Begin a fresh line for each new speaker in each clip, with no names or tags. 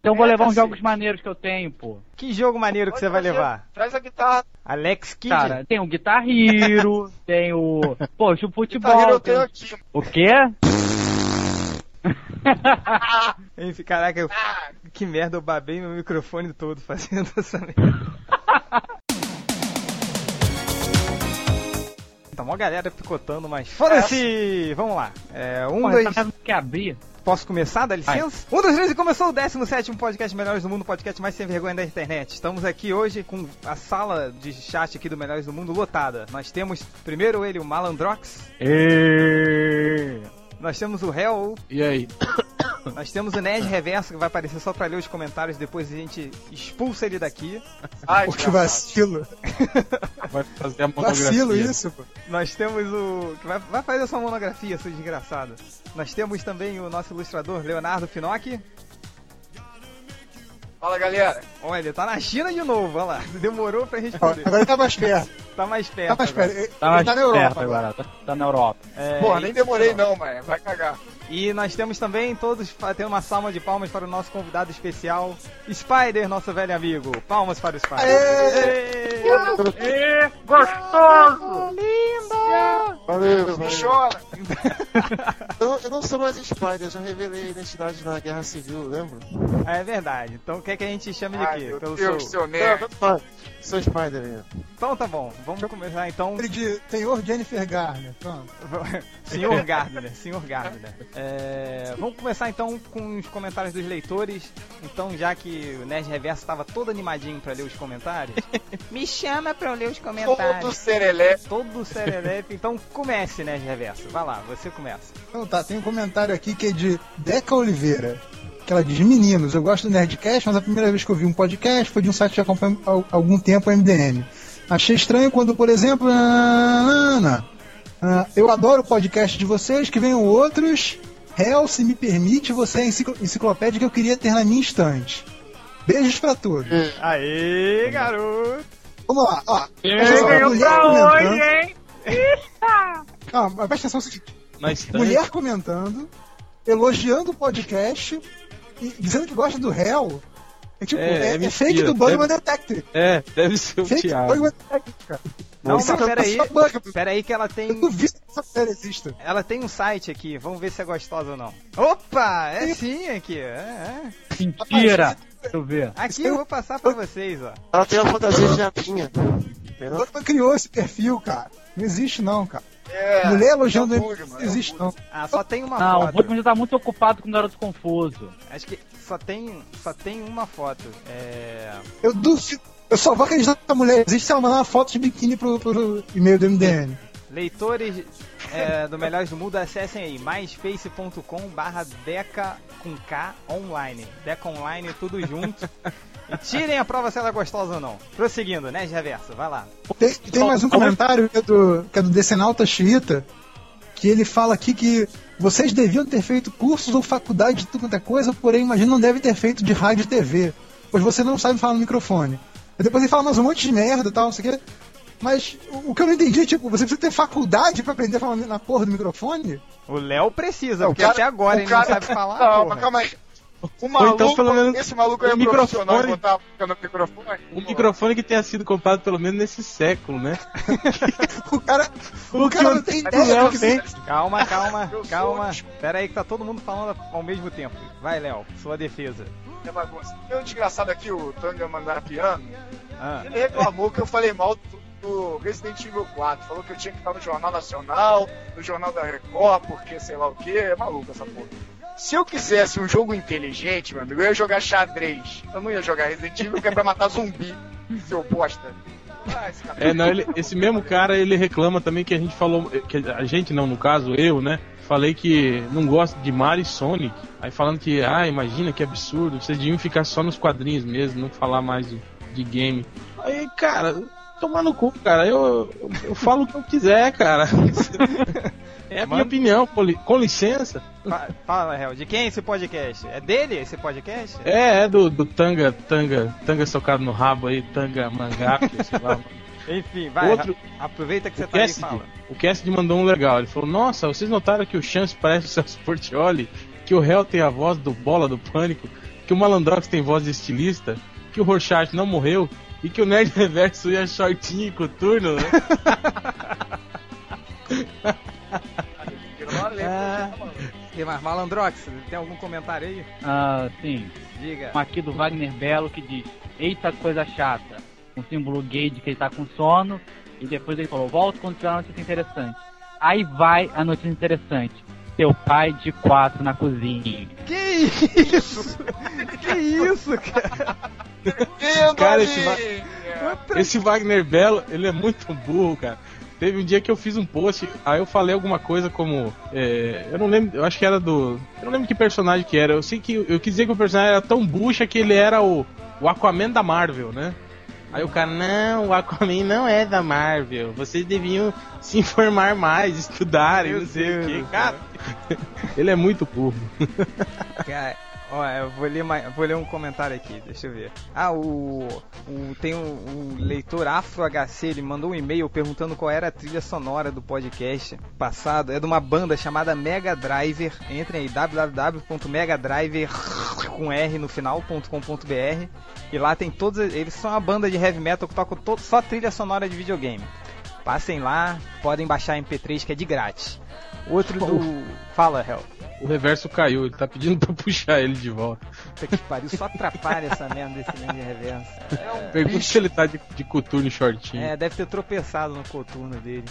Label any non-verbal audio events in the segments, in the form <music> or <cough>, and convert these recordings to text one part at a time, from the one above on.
Então eu vou levar uns jogos maneiros que eu tenho, pô.
Que jogo maneiro que você
tá
vai levar?
Traz a guitarra.
Alex Kidd?
Cara, tem o Guitar Hero, tem o. Poxa, o futebol.
Guitar Hero eu
tem-
tenho aqui.
O quê?
Enfim, caraca, eu-
Ah,
que merda, eu babei meu microfone todo <laughs> fazendo essa merda. Tá mó galera picotando, mas foda-se! Vamos lá. É,
Porra,
um,
tá-
dois...
essa merda não quer abrir.
Posso começar, dá licença? Um, dos três e começou o 17 podcast Melhores do Mundo, podcast mais sem vergonha da internet. Estamos aqui hoje com a sala de chat aqui do Melhores do Mundo lotada. Nós temos primeiro ele, o Malandrox. Nós temos o Hell,
E aí?
nós temos o Nerd Reverso, que vai aparecer só pra ler os comentários, depois a gente expulsa ele daqui.
ai,
Pô, que
desgraçado.
vacilo.
Vai fazer a monografia.
<laughs> Vacilo isso, pô.
Nós temos o... que vai, vai fazer sua monografia, seu desgraçado. Nós temos também o nosso ilustrador, Leonardo Finocchi.
Fala, galera.
Olha, tá na China de novo, olha lá. Demorou pra
Ó,
responder.
Agora ele tá mais perto.
<laughs> Tá mais perto
Tá mais
agora.
perto. Ele ele
Tá, mais
tá na Europa
perto
agora.
agora. Tá, tá na Europa.
É,
Porra, nem demorei não, mas vai cagar.
E nós temos também todos tendo uma salva de palmas para o nosso convidado especial, Spider, nosso velho amigo. Palmas para o Spider.
Aê!
Ê!
Gostoso!
Valeu,
Não
valeu.
<laughs>
chora.
Eu, não- eu não sou mais Spider, eu já revelei a identidade na Guerra Civil, lembra?
É verdade. Então quer que a gente chame de
Ai,
quê?
meu
Pelo
Deus, né?
seu-
seu
Não,
nerd.
tanto faz. Sou Spider mesmo.
Então tá bom, vamos começar então.
Ele de Senhor Jennifer Garner, pronto.
<laughs> Senhor Gardner, senhor Gardner. É, vamos começar então com os comentários dos leitores. Então, já que o Nerd Reverso estava todo animadinho para ler os
<laughs>
comentários, me chama para eu ler os
Todo serelé.
Todo serelepe. Então comece, Nerd Reverso. Vai lá, você começa.
Então tá, tem um comentário aqui que é de Deca Oliveira. Que ela diz, meninos, eu gosto do Nerdcast, mas a primeira vez que eu vi um podcast foi de um site que acompanha há al- algum tempo o MDM. Achei estranho quando, por exemplo, Ana, ah, eu adoro o podcast de vocês, que venham outros. Hell, se me permite, você é a enciclo- enciclopédia que eu queria ter na minha estante. Beijos pra todos.
Aê, garoto!
Vamos lá, ó.
Ele ganhou pra hoje, hein?
Calma, mas presta atenção no seguinte.
Na estante.
mulher comentando, elogiando o podcast e dizendo que gosta do réu. É tipo,
É, é
é, é
mentira,
fake do Bugman Detective.
É, deve ser o
Fake do
Thiago.
Bugman Detective, cara.
Não,
Isso é
mas peraí.
só Bugman.
Peraí que ela
Eu
tem.
duvido que essa série exista.
Ela tem um site aqui, vamos ver se é gostosa ou não. Opa! É sim aqui, é, é.
Mentira! Deixa eu ver.
Aqui eu vou passar pra vocês, ó.
Ela tem uma fantasia de japinha.
O Bugman criou esse perfil, cara. Não existe não, cara.
É.
Mulher elogiando
é o
ele,
Bugman,
não
é o
existe não.
Ah, só tem uma
Não, o
foto.
Bookman já tá muito ocupado com o Naruto Confuso.
Acho que só tem, só tem uma foto. É.
Eu duvido. Eu só vou acreditar que essa mulher existe se ela mandar uma foto de biquíni pro, pro e-mail do MDN.
Leitores é, do Melhores do Mundo, acessem aí myspace.com barra Deca com K online. Deca online, tudo
<laughs>
junto. E tirem a prova se ela é gostosa ou não. Prosseguindo, né, Reverso? Vai lá.
Tem, tem mais um comentário que é do, que é do Decenalta Xiita, que ele fala aqui que vocês deviam ter feito cursos ou faculdade de tudo quanto é coisa, porém, imagina, não devem ter feito de rádio e TV, pois você não sabe falar no microfone. Aí depois ele fala mais um monte de merda e tal, não sei o quê. Mas o, o que eu não entendi é, tipo, você precisa ter faculdade pra aprender a falar na porra do microfone?
O Léo precisa,
Não, o
porque
cara-
até agora
o
ele
cara-
não sabe falar.
Não,
porra.
mas calma aí. O maluco,
pelo menos,
esse maluco aí é
o
profissional e
microfone-
botar a boca no microfone.
Um microfone que tenha sido comprado pelo menos nesse século, né?
O cara, é o
que
cara
o-
não tem
o
ideia do
Léo
que
tem.
Calma, calma,
<laughs> Eu sou
calma.
ótimo.
Pera aí que tá todo mundo falando ao mesmo tempo. Vai, Léo, sua defesa.
É bagunça. Tem um desgraçado aqui, o Tânia Mandarapiano.
Ah,
Ele reclamou que eu falei mal do, do Resident Evil 4. Falou que eu tinha que estar no Jornal Nacional, no Jornal da Record, porque sei lá o que. É maluco essa porra. Se eu quisesse um jogo inteligente, meu amigo, eu ia jogar xadrez. Eu não ia jogar Resident Evil, porque é pra matar zumbi, <laughs> seu bosta. Ah, esse cara-
É, não, ele- esse mesmo cara, ele reclama também que a gente falou. Que a gente não, no caso, eu, né? Falei que não gosto de Mario e Sonic. Aí falando que, ah, imagina que absurdo, vocês deviam ficar só nos quadrinhos mesmo, não falar mais de, de game. Aí, cara, tomar no cu, cara. Eu, eu, eu falo o que eu quiser, cara. É a minha
Mano.
opinião, com li- com licença.
fa- fala, Léo, de quem é esse podcast? É dele esse podcast?
É, é do, do tanga, tanga, tanga socado no rabo aí, tanga mangá, sei lá.
Enfim, <laughs> vai,
Outro-
a- aproveita que você
o
tá aí e
Cassidy,
fala.
o Cassidy mandou um legal. Ele falou: Nossa, vocês notaram que o Chance parece o Celso Portioli? Que o réu tem a voz do Bola do Pânico? que o Malandrox tem voz de estilista, que o Rorschach não morreu e que o Nerd <laughs> Reverso ia shortinho e coturno, né?
Virou uma lenda,
Ah.
tá maluco.
Tem mais Malandrox, tem algum comentário aí?
Ah, sim.
Diga.
Um aqui do Wagner Belo que diz: Eita coisa chata. Um símbolo gay de que ele tá com sono. E depois ele falou: Volto quando tiver uma notícia interessante. Aí vai a notícia interessante: Seu pai de quatro na cozinha.
Que isso? que isso, cara?
Vindo
Cara,
ali!
é esse va- Esse Wagner Belo, ele é muito burro, cara. Teve um dia que eu fiz um post, aí eu falei alguma coisa como. é, eu não lembro, eu acho que era do. Eu não lembro que personagem que era. Eu sei que. Eu quis dizer que o personagem era tão bucha que ele era o, o Aquaman da Marvel, né? Aí o cara, não, o Aquaman não é da Marvel. Vocês deviam se informar mais, estudar, e
Meu
não sei o
Deus
que.
do
Cara, ele é muito burro.
Cara, ó, eu vou ler, mais- vou ler um comentário aqui, deixa eu ver. Ah, o. o- tem um, um leitor Afro HC, ele mandou um e-mail perguntando qual era a trilha sonora do podcast passado. É de uma banda chamada Mega Driver. Entrem aí, www.megadriver com R no final.com.br e lá tem todos. Eles são uma banda de heavy metal que toca todo, só trilha sonora de videogame. Passem lá, podem baixar MP3 que é de grátis. Outro do. Fala, Hel.
O reverso caiu, ele tá pedindo <laughs> pra puxar ele de volta.
Puta que pariu, só atrapalha essa merda desse lance de reverso.
Pergunta se ele tá de, de coturno e shortinho.
É, deve ter tropeçado no coturno dele.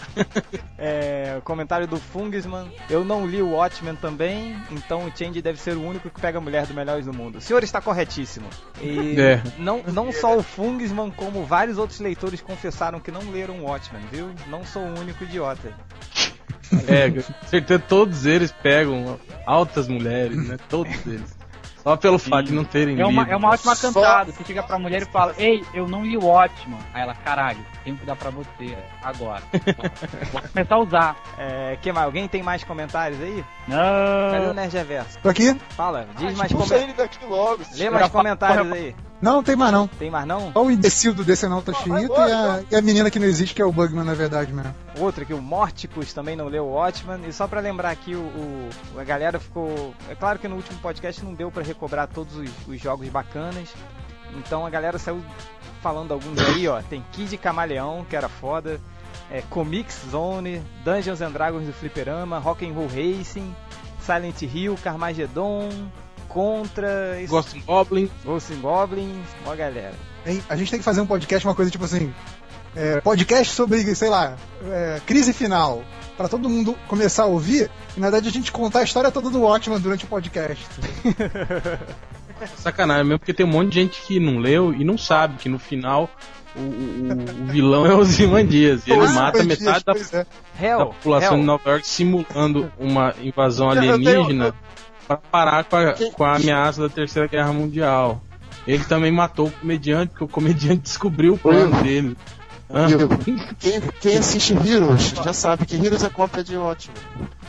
É, comentário do Fungisman. Eu não li o Watchmen também, então o Change deve ser o único que pega a mulher do Melhores do Mundo. O senhor está corretíssimo. E
É.
não, não só o Fungisman, como vários outros leitores confessaram que não leram o Watchmen, viu? Não sou o único idiota.
É, com certeza todos eles pegam altas mulheres, né? Todos eles. Só pelo fato de não terem
É uma,
lido.
é uma ótima
Só-
cantada. Você chega pra mulher e fala: Ei, eu não li o ótimo. Aí ela: Caralho, tenho que dar pra você
<laughs>
agora. Vou começar a usar.
É, que mais? Alguém tem mais comentários aí? Cadê o
Não.
Nerd Reverso?
Tô tá aqui?
Fala, diz mais
Puxa
comentários.
ele tipo, daqui logo. assim.
Lê mais comentários aí.
Não, não tem mais não.
Tem mais não?
Só o imbecil do Decenalta Chinito e, a, e a menina que não existe, que é o Bugman, na verdade mesmo.
Outro aqui, o Morticus também não leu o Watchman. E só pra lembrar aqui, o, o- a galera ficou. É claro que no último podcast não deu pra recobrar todos os, os jogos bacanas. Então a galera saiu falando alguns aí, ó. Tem Kid Camaleão, que era foda. É, Comics Zone, Dungeons and Dragons do Fliperama, Rock'n'Roll Racing, Silent Hill, Carmageddon, Contra,
Gosto de Goblin.
Ghosts and Goblins, ó galera.
Hein? A gente tem que fazer um podcast, uma coisa tipo assim. é, podcast sobre, sei lá, é, crise final. Pra todo mundo começar a ouvir, e na verdade a gente contar a história toda do Watchman durante o podcast.
Sacanagem mesmo, porque tem um monte de gente que não leu e não sabe que no final o, o- o vilão é o Zimandias. E ele
Os
mata
bandidos,
metade da,
pois Então, é.
da
Hell,
população de
Hell,
Nova York simulando uma invasão
Eu tenho-
alienígena pra parar com a,
Que-
com a ameaça da Terceira Guerra Mundial. Ele também matou o comediante, porque o comediante <laughs> descobriu o plano dele. Ah,
Viu? Quem, quem assiste Heroes já sabe que Heroes é cópia de ótimo.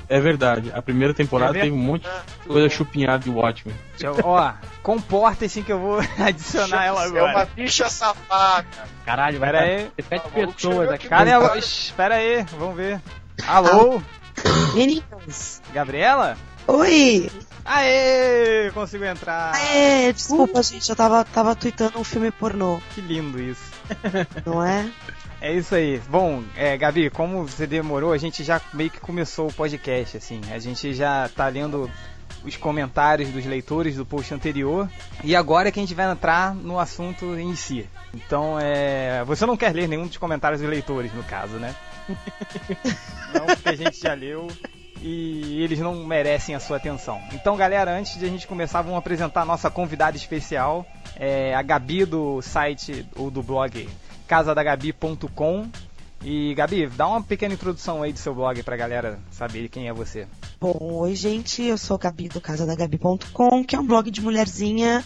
É verdade. A primeira temporada
É
teve um monte de coisa chupinhada de Watchmen.
deixa eu- ó, comportem-se que eu vou <laughs> adicionar ela
É
agora.
uma bicha safada.
Caralho, vai
Pera
dar
aí.
sete
Tá maluco,
pessoas
chegou aqui
aqui.
Cadê a... Ixi, Pera aí, vamos ver. um Alô,
Meninas!
Gabriela?
Oi!
Aê, consigo entrar.
É, desculpa, gente, eu tava, tava tweetando um filme pornô,
Que lindo isso.
não é?
É isso aí. Bom, é, Gabi, como você demorou, a gente já meio que começou o podcast, assim. A gente já tá lendo os comentários dos leitores do post anterior. E agora é que a gente vai entrar no assunto em si. Então, é... Você não quer ler nenhum dos comentários dos leitores, no caso, né? não, porque a gente já leu e eles não merecem a sua atenção. Então, galera, antes de a gente começar, vamos apresentar a nossa convidada especial, é a Gabi do site ou do blog casadagabi.com. E Gabi, dá uma pequena introdução aí do seu blog pra galera saber quem é você.
Bom, oi, gente, eu sou Gabi do casadagabi.com, que é um blog de mulherzinha,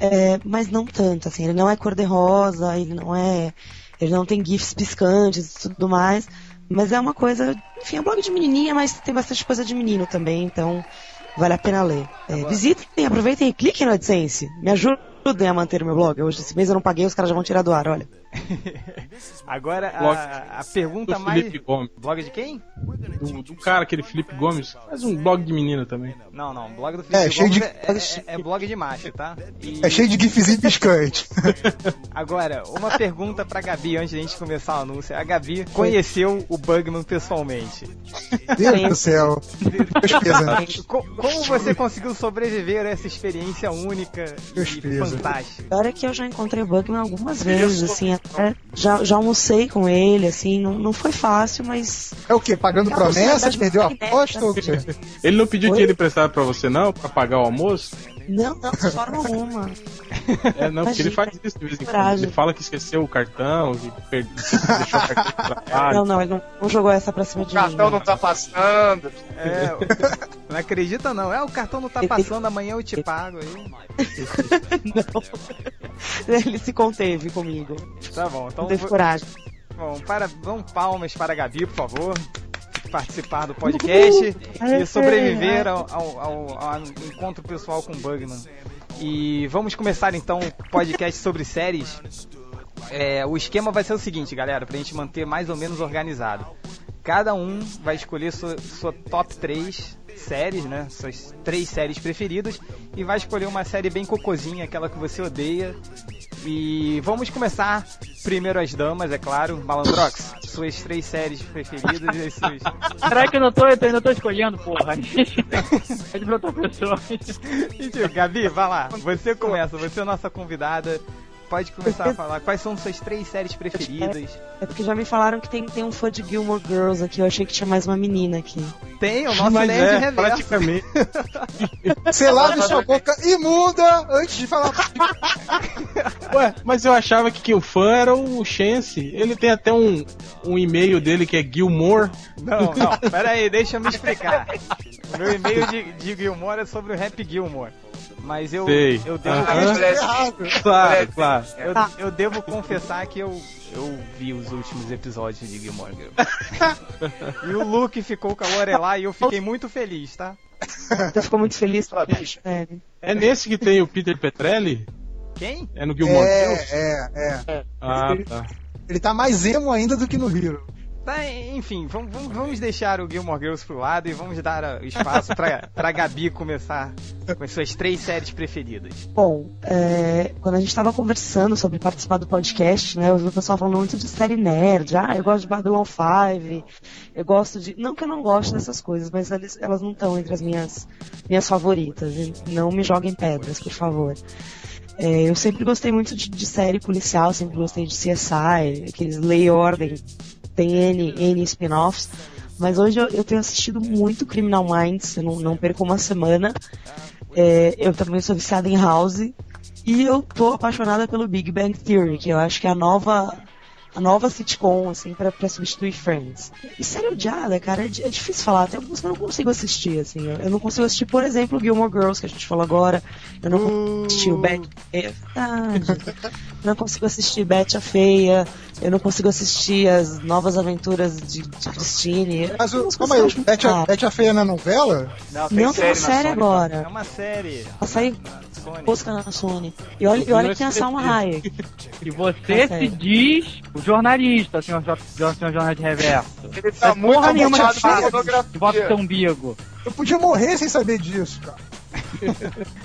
é, mas não tanto, assim, ele não é cor-de-rosa, ele não é. Ele não tem gifs piscantes e tudo mais, mas é uma coisa. Enfim, é um blog de menininha, mas tem bastante coisa de menino também, então vale a pena ler. É, visitem, aproveitem e cliquem no AdSense, me ajudem a manter o meu blog. Hoje, esse mês eu não paguei, os caras já vão tirar do ar, olha.
Agora,
Blog
a, a
do
pergunta mais...
Felipe Gomes.
Blog de quem?
Do, do cara, aquele Felipe Gomes. Faz um blog de menina também.
Não, não. Blog do Felipe
É, cheio
Gomes
de-
é, é- é blog de macho, tá? E
É cheio de gifzinho piscante.
agora, uma pergunta pra Gabi antes da gente começar o anúncio. A Gabi conheceu o Bugman pessoalmente.
Deus do céu. Meus pêsames.
Co- como você conseguiu sobreviver a essa experiência única e
Tristeza. <laughs>
fantástica?
Agora é que eu já encontrei o Bugman algumas vezes, assim,
né?
até já, já almocei com ele, assim, não, não foi fácil, mas
É o quê? Pagando
Aquela
promessa?
sociedade
Perdeu a
magnética.
aposta? Ou o quê?
Ele não pediu
Oi?
dinheiro emprestado pra você, não? Pra pagar o almoço?
não, não, de forma alguma.
É, não, porque ele
Imagina,
faz isso de vez em quando.
coragem.
Ele fala que esqueceu o cartão, que perdeu, <laughs> deixou o cartão de trabalho.
Não, não, ele não, não jogou essa pra cima
O
de mim.
cartão não tá passando.
É, não acredita não. É, o cartão não tá passando, amanhã eu te pago. Aí.
Não. Ele se conteve comigo.
Tá bom,
Não
então
teve coragem.
Bom, para, vamos palmas para a Gabi, por favor, por participar do podcast e sobreviver ao, ao- ao- ao encontro pessoal com o Bugman. E vamos começar então o podcast sobre séries. É, o esquema vai ser o seguinte, galera, pra gente manter mais ou menos organizado. Cada um vai escolher sua, sua top 3 séries, né? Suas três séries preferidas e vai escolher uma série bem cocôzinha, aquela que você odeia. E vamos começar primeiro as damas, é claro. Malandrox, suas três séries preferidas e as suas.
Será que eu não tô, eu ainda tô escolhendo, porra? <laughs> É de outra pessoa.
Mentira, Gabi, vai lá. Você começa, você é nossa convidada. Pode começar <laughs> a falar. Quais são suas três séries preferidas?
É porque já me falaram que tem, tem um fã de Gilmore Girls aqui, eu achei que tinha mais uma menina
<laughs>
aqui.
Tem o nosso
Mas
Nerd
é,
Reverso.
praticamente.
Você lava sua boca imunda antes de falar.
Ué, mas eu achava que, que o fã era o Chance. Ele tem até um, um e-mail dele que é Gilmore.
Não, não, pera aí, deixa eu me explicar. Meu e-mail de, de Gilmore é sobre o Rap Gilmore. Mas eu,
Sei. Ah,
eu, devo,
Aham.
é
errado.
Claro, claro.
eu, eu devo confessar que eu, eu vi os últimos episódios de <laughs> Gilmore. Girls. e o Luke ficou com a Lorelai e eu fiquei muito feliz, tá?
Você ficou muito feliz com
Ah, bicho.
é.
É nesse que tem o Peter Petrelli?
Quem?
É no Gilmore Girls?
É, é, é.
Ah, tá.
Ele tá mais emo ainda do que no Hero.
Tá, enfim, vamos, vamos- vamos deixar o Gilmore Girls pro lado e vamos dar ah, espaço pra, pra Gabi começar com as suas três séries preferidas.
Bom, é, quando a gente estava conversando sobre participar do podcast, né, eu vi o pessoal falando muito de série nerd. Ah, eu gosto de Babylon 5, eu gosto de. Não que eu não gosto dessas coisas, mas elas, elas não estão entre as minhas, minhas favoritas. e Não me joguem pedras, por favor. É, eu sempre gostei muito de, de série policial, sempre gostei de CSI, aqueles Lei e Ordem, tem N, N spin-offs. Mas hoje eu, eu tenho assistido muito Criminal Minds, eu não, não perco uma semana. É, eu também sou viciada em House. E eu tô apaixonada pelo Big Bang Theory, que eu acho que é a nova, a nova sitcom, assim, pra, pra substituir Friends. E série odiada, cara, é, di- é difícil falar. Tem alguns que eu não consigo assistir, assim. Eu, eu não consigo assistir, por exemplo, Gilmore Girls, que a gente falou agora. Eu não consigo assistir o Bat. É verdade. Eu <laughs> não consigo assistir Betty a Feia. Eu não consigo assistir as novas aventuras de, de Christine.
Mas o,
As
como é?
pessoas não
Bete a,
falam.
Bete a feia na novela?
Não,
Não tem uma
na Sony.
série agora.
É uma série.
Ela saiu
na Sony.
Posca na Sony. E olha, e
é
olha que tem a Salma Hayek.
E você
Tá
se
certo.
diz o jornalista, senhor, jo jo- senhor jornalista reverso.
Ele tá
Porra
muito
nenhuma,
abonado
Thiago.
pra
De volta pro
pornografia.
seu umbigo.
Eu podia morrer sem saber disso, cara.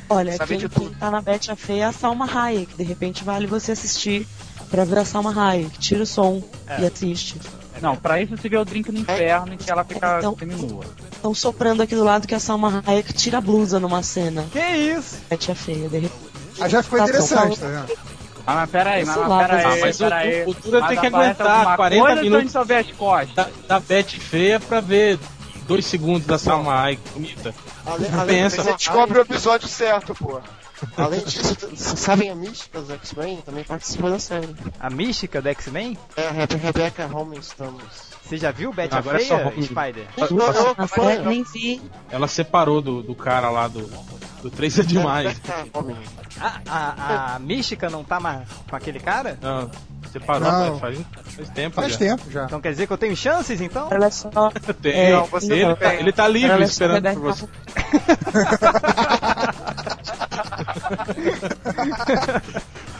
Olha,
Sabe
quem,
de
tipo
quem
tudo.
tá na Betty a Feia é a Salma Hayek. De repente vale você assistir pra ver a Salma Hayek. Tira o som
É.
e assiste.
Não, pra isso você vê o drink no inferno em que ela fica
Então-
seminua.
Estão soprando aqui do lado que a Salma Hayek tira a blusa numa cena.
Que isso?
Betty a Feia. De repente.
Aí já ficou
Tá
interessante,
bom.
tá vendo?
Ah, mas peraí, mas,
Sei
mas
lá,
peraí,
mas-
mas,
Ah,
mas o-
peraí.
o- o
Mas
Duda tem que
aparece
aguentar
alguma
40
coisa então, ou a
minutos.
gente só vê as costas.
Da, da Beth feia pra ver dois segundos da Salma Hayek bonita.
Além,
Não
além,
tem
Você
essa.
descobre o episódio certo, pô.
<laughs> além disso, t- vocês sabem a mística dos X-Men? Também participou da série.
A mística do X-Men?
É a Rebe- Rebecca Holmes Thomas.
Você já viu Betty a
Agora é
Feia,
só Robin.
Spider?
Eu, eu
A série
acompanho.
nem vi.
Ela separou do, do cara lá do, do 3 é
<laughs>
demais.
Rebecca Holmes.
A, a, a mística não tá mais com aquele cara?
Não, separou
Não.
Faz, faz tempo.
Faz
já.
tempo já.
Então quer dizer que eu tenho chances,
<laughs>
então?
Ela é só.
Tem,
É,
não, você- ele,
então,
tá, ele tá livre
ela é só
esperando
Rebecca
por você.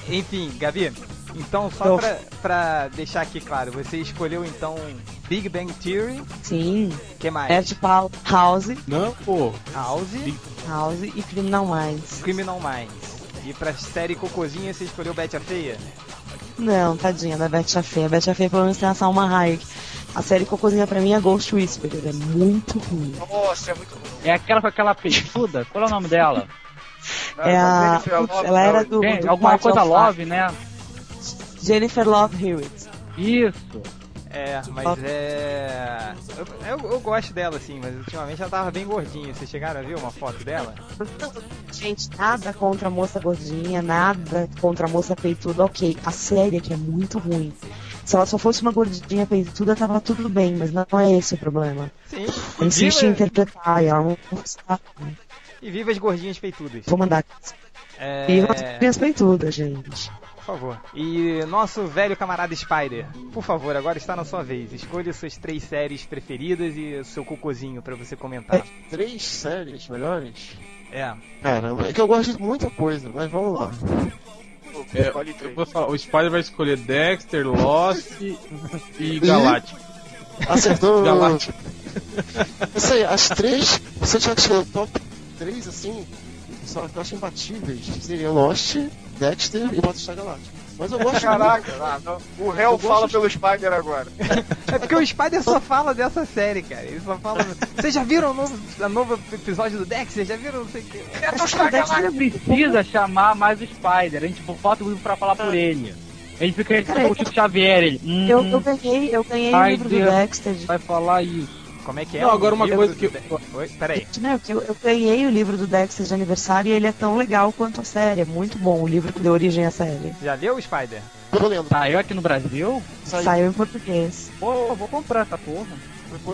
Enfim, Gabi, Então, só
Então-
pra, pra deixar aqui claro, você escolheu então Big Bang Theory,
Sim.
que mais?
É, tipo,
Nerd Pal, House,
Não, pô.
House,
House e Criminal Minds.
Criminal Minds. E pra série Cocôzinha, você escolheu Betty a Feia?
Não, tadinha da Betty a Feia. A Betty a Feia pelo menos tem a Salma Hayek. A série Cocôzinha pra mim é Ghost Whisperer. É muito ruim.
Nossa, é muito ruim.
É aquela com aquela peiçuda? Qual é o nome dela? Ah,
É a...
Jennifer
putz,
Lopez,
ela era
não,
do,
Tem
do
é alguma
Parque
coisa
Alfar.
love, né?
Jennifer Love Hewitt.
Isso.
É, mas é. Eu, eu- eu gosto dela assim, mas ultimamente ela tava bem gordinha. Vocês chegaram a ver uma foto dela?
Gente, nada contra a moça gordinha, nada contra a moça peituda, ok. A série é que é muito ruim. Se ela só fosse uma gordinha peituda, tava tudo bem, mas não é esse o problema.
Sim.
Ela
E
insiste em
viva,
interpretar, e ela não sabe.
e viva as gordinhas peitudas.
Vou mandar.
É,
E uma gordinha peituda, gente.
por favor. E nosso velho camarada Spider, por favor, agora está na sua vez. Escolha suas três séries preferidas e o seu cocôzinho pra você comentar.
Três séries melhores?
É.
Caramba, é que eu gosto de muita coisa, mas vamos lá.
É,
escolhe
eu
três.
vou falar, o Spider vai escolher Dexter, Lost e Galactic.
Acertou.
Galáctico.
Isso aí, as três, se eu tiver que escolher o top três assim, só que eu acho imbatíveis, seria Lost, Dexter e Battlestar Galactica. Mas eu gosto
Caraca, ah, não. o réu fala pelo Spider agora.
É porque o Spider só fala dessa série, cara. Ele só fala. Vocês já viram o novo, a novo episódio do Dex? Vocês já viram não sei o que?
A galera precisa chamar mais o Spider. A gente falta o grupo pra falar por ele. A gente fica com o Chico Xavier, ele. Hum,
Eu, eu ganhei, eu ganhei o
Ai,
livro
Deus.
do Dexter. gente.
Vai falar isso.
Como é que é?
Não, agora
O
uma
livro
coisa
do
que eu-
Dex? Oi, peraí.
Né, eu, eu ganhei o livro do Dexter de aniversário e ele é tão legal quanto a série. É muito bom o livro que deu origem à série.
Já leu o Spider?
Eu lendo.
Saiu aqui no Brasil?
Saiu.
Saiu em português.
Pô, vou comprar essa porra.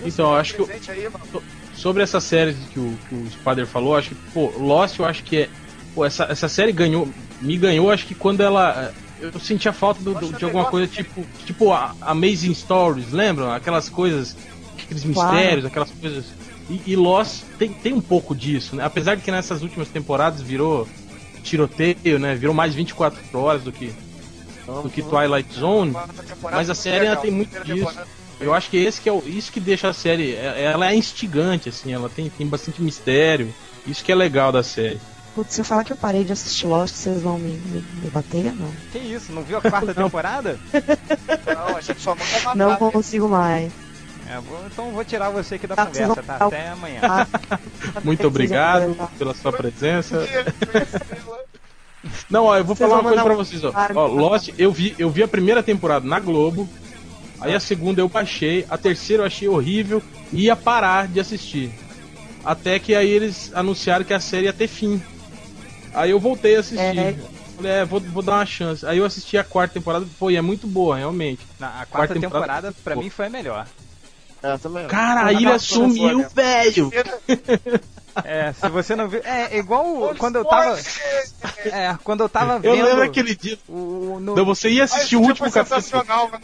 Então, eu acho que eu-
Presente aí, mano.
sobre essa série que o, que o Spider falou, acho que, pô, Lost eu acho que é. Pô, essa, essa série ganhou, me ganhou, acho que quando ela. eh, Eu sentia falta do- do- de alguma coisa tipo, tipo a- Amazing Stories, lembram? Aquelas coisas, aqueles
Claro.
mistérios, aquelas coisas. E, e Lost tem, tem um pouco disso, né? Apesar de que nessas últimas temporadas virou tiroteio, né? Virou mais 24 horas do que, do que Twilight Zone.
Quarta temporada
Mas a
foi
série
legal.
ela tem muito
Primeira
disso.
temporada.
Eu acho que esse que é o, isso que deixa a série, é- ela é instigante assim, ela tem, tem bastante mistério. Isso que é legal da série.
Putz, se eu falar que eu parei de assistir Lost, vocês vão me, me, me bater? Não,
Que isso? Não viu a
<laughs>
quarta temporada?
Não, a gente só manda matar.
não consigo <laughs> mais.
É, vou- então vou tirar você aqui da
Tá,
conversa,
vocês
tá?
vão-
Até amanhã.
Tá?
Muito
Vocês vão
obrigado
me aguentar.
pela sua presença.
Estrela.
Não, ó, eu vou
Vocês
falar uma
vão
coisa pra
mandar um
vocês, ó.
claro.
Ó, Lost, eu vi, eu vi a primeira temporada na Globo. Aí
Ah.
a segunda eu baixei, a terceira eu achei horrível e ia parar de assistir. Até que aí eles anunciaram que a série ia ter fim. Aí eu voltei a assistir.
É.
Falei, é, vou, vou dar uma chance. Aí eu assisti a quarta temporada, pô, e é muito boa, realmente.
Na, a quarta,
Quarta
temporada,
temporada,
pra mim, foi a
<laughs>
melhor.
É, também.
Cara, a
Tá
ilha
bom,
sumiu,
né?
velho!
É, se você não viu. É, igual
um
o- quando eu tava. É, quando eu tava
Eu
vendo.
lembro aquele dia.
o, o- no-
Não, você ia assistir o último capítulo.
tipo, sensacional, mano.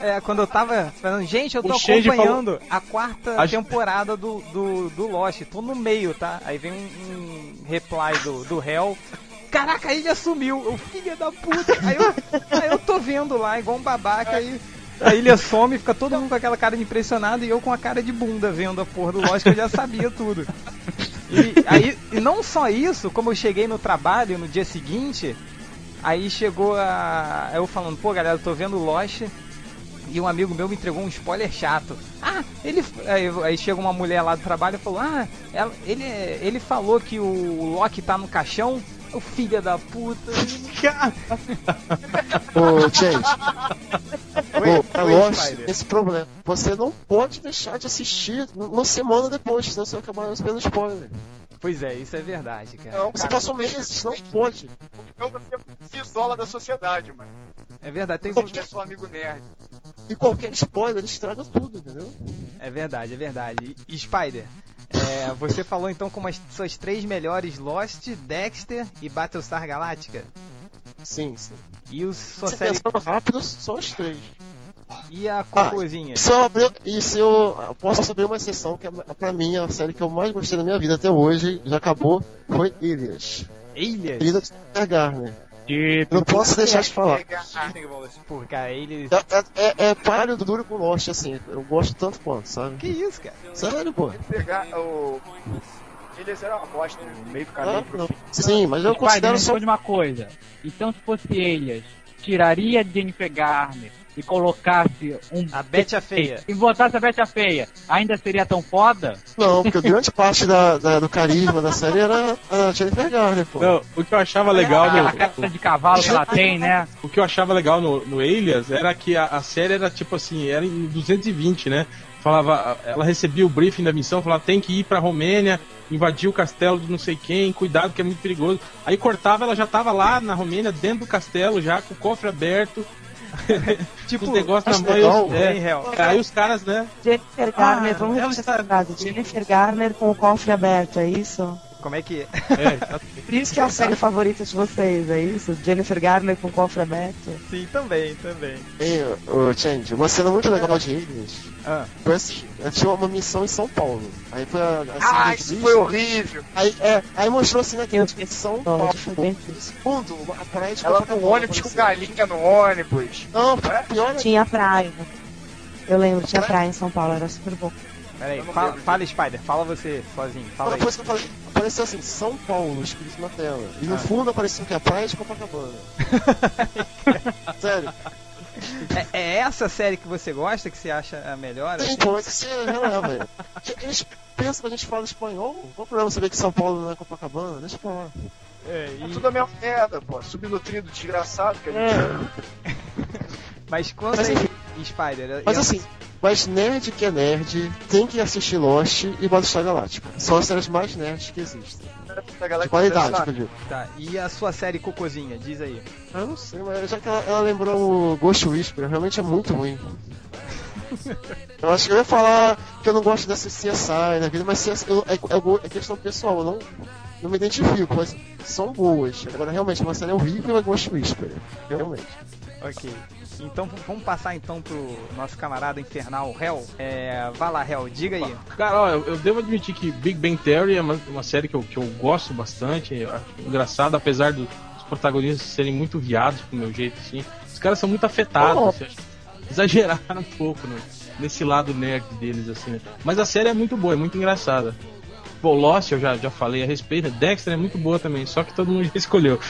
é, quando eu tava falando, gente, eu tô
O Shade
acompanhando a quarta
A-
temporada do, do, do Lost. Tô no meio, tá? Aí vem um, um reply do, do réu. Caraca, a ilha sumiu, eu filha da puta. Aí eu, aí eu tô vendo lá, igual um babaca, aí a ilha some, fica todo mundo com aquela cara de impressionado e eu com a cara de bunda vendo a porra do Lost, que eu já sabia tudo. E, aí, e não só isso, como eu cheguei no trabalho no dia seguinte, aí chegou a. Eu falando, pô galera, eu tô vendo Lost. E um amigo meu me entregou um spoiler chato. Ah, ele. Aí, aí chega uma mulher lá do trabalho e falou: Ah, ela- ele, ele falou que o Loki tá no caixão. O filho da puta.
Ô, gente,
Oi,
ô, é
oi,
Lost,
Spider.
esse problema. Você não pode deixar de assistir no- uma semana depois, senão você vai acabar pelo spoiler.
Pois é, isso é verdade, cara.
Não,
Você
cara,
passou meses, não pode.
então você se isola da sociedade, mano.
É verdade, tem
Você é seu amigo nerd.
E qualquer spoiler estraga tudo, entendeu?
É verdade, é verdade. E, e Spider, é, você falou então como as suas três melhores Lost, Dexter e Battlestar Galactica.
Sim, sim.
E o sua
Se
série.
pensando rápido, só os três.
E a cocôzinha.
E se eu, abrir- e se eu eu posso abrir uma exceção, que é, pra mim a série que eu mais gostei da minha vida até hoje, já acabou, foi Ilhas.
Ilhas.
Ilhas de Pegar, né?
Deep.
Eu não posso deixar de falar.
Pô, cara, eles.
É, é, é, é palho do duro com Lost, assim. Eu gosto tanto quanto, sabe?
Que isso, cara?
Sério, pô.
Pegar o. Eles eram uma bosta no meio do caminho
Ah,
pro
não.
fim.
Sim, mas eu
Os pais
considero
dele
só.
de uma coisa. Então, se fosse Elias, tiraria Jennifer Garner e colocasse um.
A Bete a Feia.
E botasse a Betty a Feia, ainda seria tão foda?
Não, porque grande parte da, da- do carisma da série era a Jennifer Garner, pô.
Não, o que eu achava legal
Ah,
Aquela
no,
cara
<laughs>
de cavalo que ela tem, né?
o que eu achava legal no, no Alias era que a, a série era tipo assim, era em 220, né? Falava, ela recebia o briefing da missão, falava tem que ir pra Romênia, invadir o castelo de não sei quem, cuidado que é muito perigoso. Aí cortava, ela já tava lá na Romênia, dentro do castelo, já com o cofre aberto, <laughs> com
Tipo,
os negócios
acho
na mão. e
legal,
os-
é,
é,
real.
aí os caras, né?
Jennifer Garner, vamos
ela
repetir
está-
essa frase. Jennifer Garner com o cofre aberto, é isso?
Como é que.
É,
Por isso que é a série favorita de vocês, é isso? Jennifer Garner com o cofre aberto?
Sim, também, também.
Ei, ô, Change, uma cena muito legal de Aliens.
Ah.
Foi assim, eu tinha uma missão em São Paulo. Aí foi a. a
Ah, isso foi horrível.
Aí, é, aí mostrou assim naquele
Eu
tipo, São
Não,
Paulo.
foi bem triste.
Segundo, a praia de
Ela tá com tipo
Copacabana,
ônibus
por
com
exemplo.
galinha no ônibus.
Não, pior é
Tinha praia. Eu lembro, tinha praia em São Paulo, era super bom.
Pera aí,
Eu não
fala,
lembro.
fala, Spider, fala você sozinho, fala
Uma
aí.
coisa que eu falei, apareceu assim, São Paulo, escrito na tela. E no
Ah.
fundo apareceu o que? A praia de
<laughs>
Copacabana. Sério.
É, é essa série que você gosta, que você acha a melhor?
Tem coisa que você releva. Eles pensam que a gente fala espanhol. Qual o problema saber que São Paulo não é Copacabana? Deixa pra lá.
É,
É
e-
tudo a mesma merda, pô. Subnutrido, desgraçado que a gente.
É,
Mas quando
Mas enfim.
é Spider,
mas
eu-
assim, mas nerd que é nerd tem que assistir Lost e Battlestar Galáctica. São as séries mais nerds que existem.
né, Da galera
De
que
qualidade,
tá
quer dizer.
tá, e a sua série Cocozinha, diz aí.
Eu não sei, mas já que ela, ela lembrou o Ghost Whisperer, realmente é muito
<laughs>
ruim. Eu acho que eu ia falar que eu não gosto dessa CSI na vida, mas CSI, eu- é, é go- é questão pessoal, eu não, não me identifico, mas são boas. Agora, realmente, uma série horrível é Ghost Whisperer, realmente.
Ok. Então v- vamos passar então pro nosso camarada infernal, Hell. É, vai lá, Hell, diga aí.
Cara, ó, eu, eu devo admitir que Big Bang Theory é uma, uma série que eu, que eu gosto bastante, eu acho engraçada, apesar do- dos protagonistas serem muito viados pro meu jeito, assim. Os caras são muito afetados,
Oh.
assim, acho que exageraram um pouco no- nesse lado nerd deles, assim. né? Mas a série é muito boa, é muito engraçada. Bom, Lost eu já, já falei a respeito, Dexter é muito boa também, só que todo mundo já <laughs> escolheu.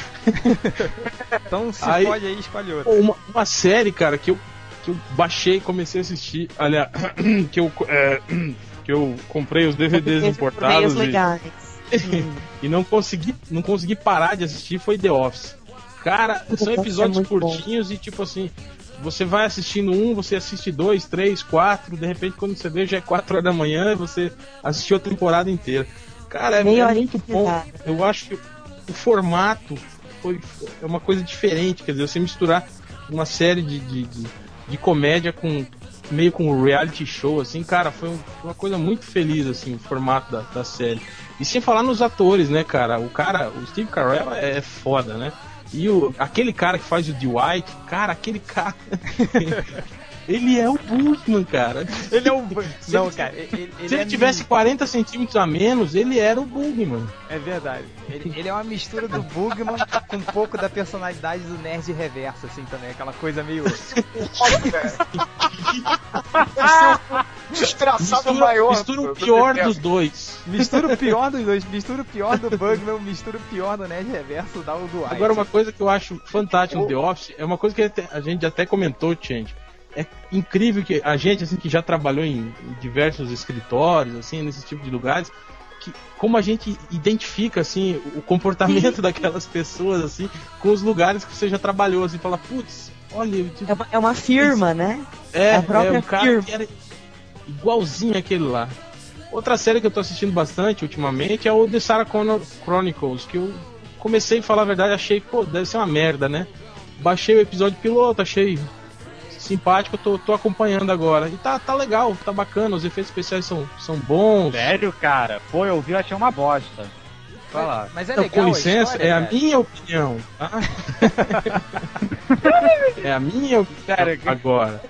Então se
Aí-
pode aí, escolhe outro.
Pô, Uma, uma série, cara, que eu, que eu baixei e comecei a assistir, aliás, <clears throat> que eu, é, <clears throat> que eu comprei os
<laughs>
DVDs
Teve
importados.
torneios
e-
legais.
e não consegui, não consegui parar de assistir foi The Office. Cara, são episódios
É muito bom.
curtinhos e tipo assim, você vai assistindo um, você assiste dois, três, quatro, de repente quando você vê já é quatro horas da manhã e você assistiu a temporada inteira. Cara, é,
Meia
é
horinha
muito
de
bom.
risada.
Eu acho que o formato foi, é uma coisa diferente, quer dizer, você misturar uma série de, de, de, de comédia com meio com um reality show, assim, cara, foi um- uma coisa muito feliz, assim, o formato da, da série. E sem falar nos atores, né, cara? O cara, o Steve Carell é foda, né? E o, aquele cara que faz o Dwight, cara, aquele cara. <laughs> ele é o Bookman, cara.
Ele é o. <laughs>
Se
Não,
ele-
cara, ele, ele
Se
é
ele tivesse
mi-
40 centímetros a menos, ele era o Bookman.
É verdade. Ele, ele é uma mistura do Bugman com um pouco da personalidade do nerd reverso, assim também. Aquela coisa meio.
Óbvio, velho. Deve ser um <laughs> desgraçado
Mistura,
maior.
mistura
pô,
o
do
pior
Pepe.
dos dois.
Mistura o pior dos dois. Mistura o pior do Bugman, mistura o pior do nerd reverso, dá o do Ice.
Agora, uma coisa que eu acho fantástica no The Office é uma coisa que até- a gente até comentou, Change. É incrível que a gente, assim, que já trabalhou em em diversos escritórios, assim, nesse tipo de lugares, que como a gente identifica, assim, o comportamento <laughs> daquelas pessoas, assim, com os lugares que você já trabalhou, assim, fala, putz, olha, eu tive
É uma, é uma firma, né?
é,
A própria
é um cara
firma.
que era igualzinho aquele lá. Outra série que eu tô assistindo bastante ultimamente é o The Sarah Connor Chronicles, que eu comecei a falar a verdade, achei, pô, deve ser uma merda, né? Baixei o episódio piloto, achei simpático, tô, tô acompanhando agora. E tá, tá legal, tá bacana, os efeitos especiais são, são bons.
Sério, cara? Pô, eu vi, eu achei uma bosta. Vai lá.
Mas é
Não,
legal.
com licença,
a
é
história,
a
cara?
minha opinião. tá? é a minha opinião
Cara, que-
agora.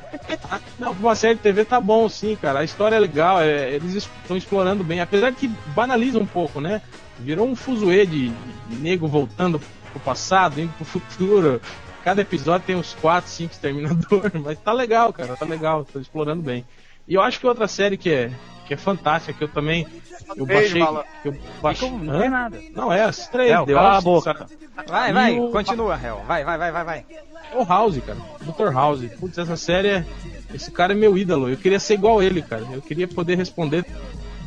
Ah, Não, pra uma série de TV tá bom, sim, cara. A história é legal, é- eles estão explorando bem, apesar que banaliza um pouco, né? Virou um fuzuê de, de nego voltando pro passado, indo pro futuro. Cada episódio tem uns 4, 5 exterminador, <laughs> mas tá legal, cara, tá legal, tô explorando bem. E eu acho que outra série que é, que é fantástica, que eu também. Eu
Beijo,
baixei.
malandro.
que eu
Ficou-
baixei
não tem
Hã?
nada.
não, é as três,
Léo,
The
cala a
Office,
boca.
sabe?
Vai, vai,
E o-
continua, Hel. Vai, vai, vai, vai, vai.
É o House, cara. Dr. House. Putz, essa série é. Esse cara é meu ídolo. Eu queria ser igual ele, cara. Eu queria poder responder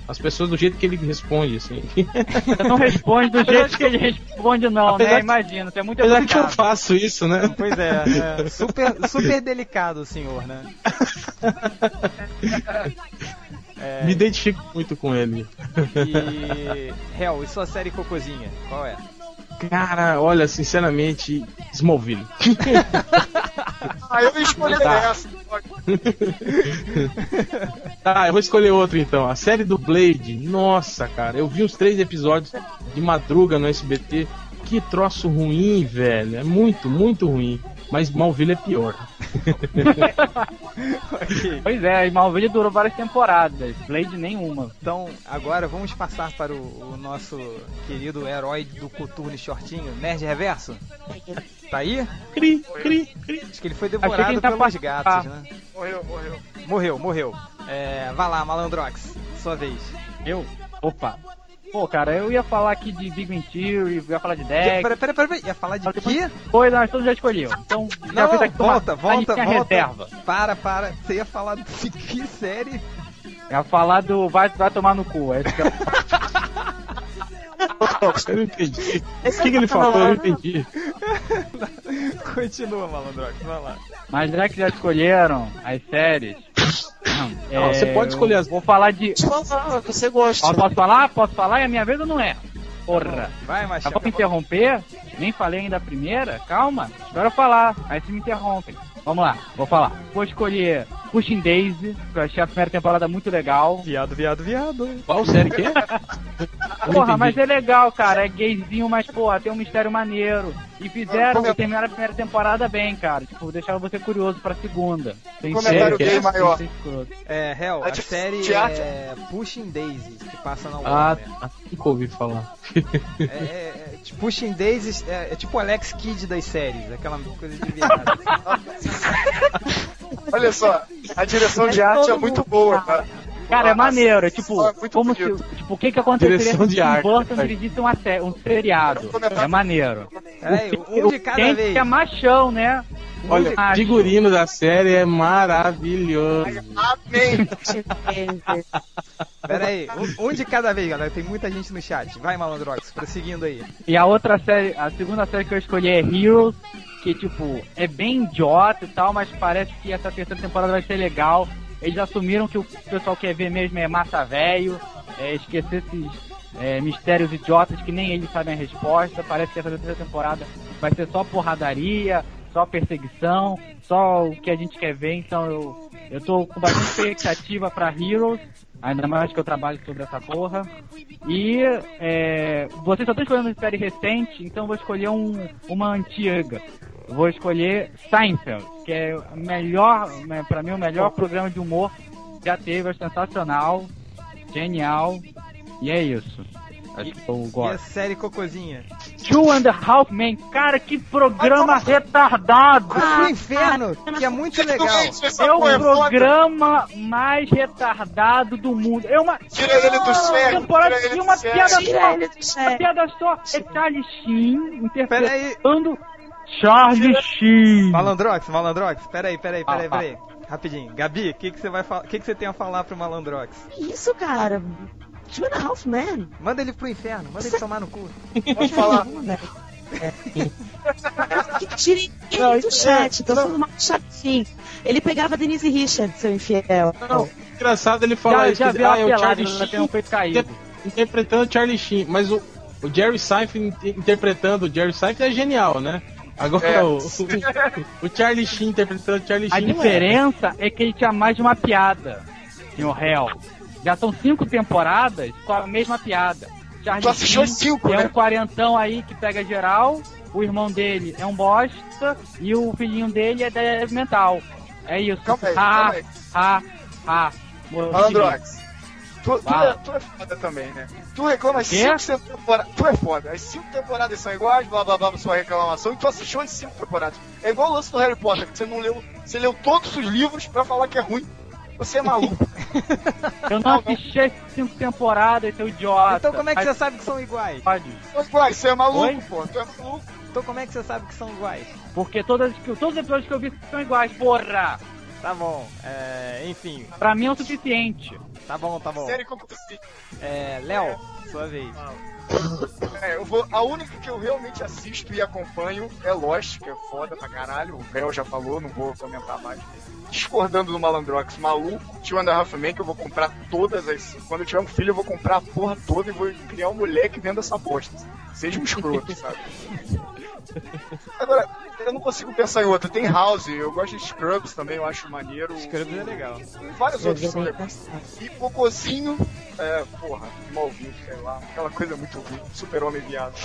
as pessoas do jeito que ele responde, assim. <laughs>
Você não responde <laughs> do jeito que ele responde, não,
Apesar
né?
que-
Imagina, você é muito
Apesar que eu
educado.
faço isso, né?
Pois é, é, super, super delicado o senhor, né?
Me identifico muito com ele.
E. Hel, e sua série Cocozinha? Qual é?
Cara, olha, sinceramente, Smallville. <laughs>
Ah, eu escolhi
Tá.
essa.
Tá, eu vou escolher outra então. A série do Blade. Nossa, cara, eu vi uns três episódios de madruga no SBT. Que troço ruim, velho. É muito, muito ruim. Mas Smallville é pior.
Pois é, e Malville durou várias temporadas. Blade nenhuma.
Então, agora vamos passar para o, o nosso querido herói do coturno shortinho, Nerd Reverso. Tá aí?
Cri, cri, cri.
Acho que ele foi
Achei que
devorado
ele tá
pelos
pa-
gatos,
tá.
né?
Morreu, morreu.
Morreu, morreu. É, vai lá, Malandrox, sua vez.
Eu? Opa. Pô, cara, eu ia falar aqui de Big Bang Theory, ia falar de
Peraí,
Dex,
peraí, peraí, peraí, ia falar de quê?
coisa, mas todos É, já escolheu. Então, já
Não,
fez
não,
aqui uma-
volta,
a gente
volta,
tem a
volta.
reserva.
Para, para, você ia falar de <laughs> que série?
Ia falar do vai, vai tomar no cu. Aí fica-
Eu não entendi. O que, que ele falou? Eu não entendi.
Continua, Malandrox, vai lá.
Mas já que já escolheram as séries. é,
Não, você pode
eu
escolher as-
Vou falar de.
Te falar, você gosta.
Ó, posso falar? Posso falar? É a minha vez ou não é? Porra.
Vai,
Já
Machado.
vou me interromper? Nem falei ainda a primeira? Calma, espera eu falar, aí se me interrompem. Vamos lá, vou falar. Vou escolher Pushing Daisy, que eu achei a primeira temporada muito legal.
Viado, viado, viado.
Qual série que é? Eu não
Porra,
entendi.
mas é legal, cara. É gayzinho, mas, porra, tem um mistério maneiro. E fizeram,
Como é-
terminaram a primeira temporada bem, cara. Tipo, deixaram você curioso pra segunda. Tem
Comentário
gay
maior.
É, Hel, a
Mas, tipo,
série
teatro-
é Pushing Daisies, que passa na
Ah,
Warner.
tá. nunca ouvi falar.
É, é, é, tipo, Pushing Daisies é, é tipo o Alex Kidd das séries, aquela coisa
<laughs>
de viado.
Olha só, a direção de arte é muito boa, cara.
Cara, é
Nossa,
maneiro. É
só
tipo,
é muito
como se.
bonito.
Tipo, o que que aconteceria
Direção de
se o
arte,
Burton
cara.
dirigisse uma sé- um seriado? É maneiro.
É, um de cada
Quem
vez.
que é machão, né? Um
Olha, o
macho.
figurino da série é maravilhoso.
Amém.
<laughs>
Pera aí, um, um de cada vez, galera. Tem muita gente no chat. Vai, Malandrox, prosseguindo aí.
E a outra série, a segunda série que eu escolhi é Heroes, que tipo, é bem idiota e tal, mas parece que essa terceira temporada vai ser legal. Eles assumiram que o pessoal quer ver mesmo é massa velho, é esquecer esses é, mistérios idiotas que nem eles sabem a resposta. Parece que essa terceira temporada vai ser só porradaria, só perseguição, só o que a gente quer ver, então eu, eu tô com bastante expectativa pra Heroes. Ainda mais que eu trabalho sobre essa porra. E é, vocês só estão escolhendo uma série recente, então eu vou escolher um- uma antiga. Eu Vou escolher Seinfeld, que é o melhor, né, pra mim, o melhor programa de humor que já teve. É sensacional, genial. E é isso. Acho que eu
E a
gosto.
série Cocozinha?
Two and a Half Men, cara, que programa
assim?
retardado!
Ah, o inferno, que é muito legal.
Doente, essa
É o
porra é foda.
programa mais retardado do mundo. É uma
Tira ele do sério.
temporada
tira ele
de
do
uma
sério.
piada
Tira
só.
ele do
Uma
sério.
piada só. É Charlie Sheen
Pera aí.
interpretando Charlie Sheen.
Malandrox, Malandrox, peraí, peraí, peraí, peraí. Rapidinho. Gabi, o que, que você vai falar? O que, que você tem a falar pro Malandrox?
Que Isso, cara. Two and a half man.
Manda ele pro inferno, manda ele tomar no cu.
Pode falar.
Que tirem ele do chat.
é-
Tô falando mal do chatinho. Ele pegava Denise Richards, seu infiel.
Não, engraçado ele falar
Já,
isso.
já
que-
viu a
ah, é o
pelada,
Charlie
ela tem
Sheen
um peito caído.
inter- interpretando o Charlie Sheen. Mas o, o Jerry Seinfeld in- interpretando o Jerry Seinfeld é genial, né? Agora
É.
o, o, o Charlie Sheen interpretando o Charlie
A
Sheen. não é.
diferença é que ele tinha mais de uma piada, senhor réu. Já são cinco temporadas com a mesma piada.
Tu
Charlie
assistiu
Sheen
cinco,
é um
né?
quarentão aí que pega geral, o irmão dele é um bosta e o filhinho dele é débil mental. É isso.
Calma aí,
ha,
calma aí.
ha, ha. Morreu de
Malandrox. Tu, tu, é,
Fala.
tu é foda também, né? Tu reclama as
Quê?
cinco temporadas. Tu é foda. As cinco temporadas são iguais, blá blá blá, blá, sua reclamação, e tu assistiu as cinco temporadas. É igual o lance do Harry Potter, que você não leu. Você leu todos os livros pra falar que é ruim. Você é
<laughs>
maluco.
Eu não assisti as cinco temporadas, seu idiota.
Então como é que
Aí
você sabe que são iguais?
pode.
Mas, uai, você é maluco,
Ah, tá. Oi?
pô. Tu é maluco.
Então como é que você sabe que são iguais?
Porque todas, que- todos os episódios que eu vi são iguais, porra!
Tá bom, é, enfim,
Pra mim é o suficiente.
tá bom, tá bom.
Série como tu fica.
É, Léo, sua vez.
É, eu vou, a única que eu realmente assisto e acompanho é Lost, que é foda pra caralho. O Bel já falou, não vou comentar mais. Discordando do Malandrox maluco, tio André Rafa Man, que eu vou comprar todas as. Quando eu tiver um filho, eu vou comprar a porra toda e vou criar um moleque dentro dessa bosta. Seja um escroto, sabe? Agora, eu não consigo pensar em outra. Tem House, eu gosto de Scrubs também, eu acho maneiro.
Scrubs é legal.
Tem
um
vários outros são
Joguei
legais.
bastante.
E Cocôzinho, é, porra, mal ouvido, sei lá. Aquela coisa muito ruim, super-homem viado.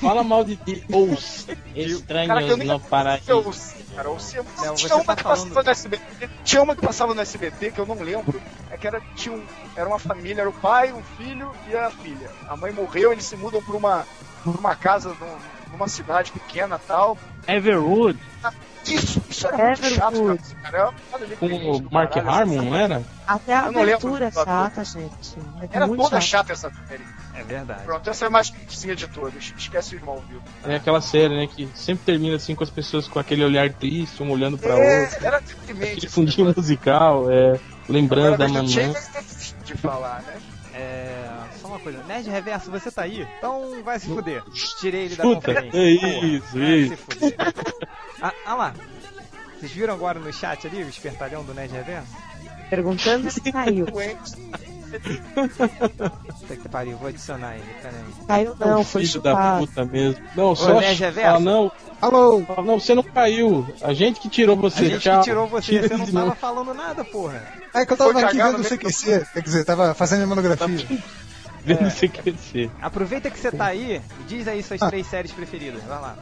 Fala mal de ti, ous. Estranhos
Cara, que eu
no
nem
paraíso.
Eu sei, cara, eu sei.
Não, você
tinha uma
tá
que
falando-
passava no SBT. Tinha uma que passava no SBT que eu não lembro. É que era, tinha um, era uma família, era o pai, o filho e a filha. A mãe morreu, eles se mudam pra uma, pra uma casa num- numa cidade pequena e tal.
Everwood,
Isso, isso era muito chato, cara.
Everwood.
cara. Era uma parada de
Com
triste,
o Mark
caralho, assim.
Harmon,
né?
essa-
não era?
Até a
Eu não lembro
abertura é
do ator.
chata, gente. É
Era
muito
toda
chato.
chata essa série.
É verdade.
Pronto, essa é a mais tristinha de todas. Esquece o Smallville.
É aquela série, né? Que sempre termina assim com as pessoas com aquele olhar triste, um olhando pra outra.
É, era
Aquele
deprimente.
Tipo um
fundinho musical, é. Lembrando da
não
mamãe.
tinha de falar, né?
É, só uma coisa, Nerd Reverso, você tá aí? Então vai se fuder. Tirei ele da
Puta,
conferência.
é isso,
Vai se
isso.
fuder. Ah, ah lá. Vocês viram agora no chat ali o espertalhão do Nerd Reverso?
Perguntando se
<laughs>
caiu.
Doente.
Puta que pariu, vou adicionar ele, peraí.
Caiu não, foi
Filho da
chupado.
puta mesmo. Não, só.
né, Geverso?
Ah, não,
Alô,
ah, não, você não caiu. A gente que tirou
A
você.
gente
tchau.
que tirou você,
Tira
você
<laughs>
não
de
tava
novo.
falando nada, porra.
é que eu
Foi
tava aqui
cagar
vendo
no meio do-
o CQC, quer dizer, tava fazendo minha monografia.
Vendo você crescer.
Aproveita que você tá aí e diz aí suas
Ah.
três séries preferidas, vai lá.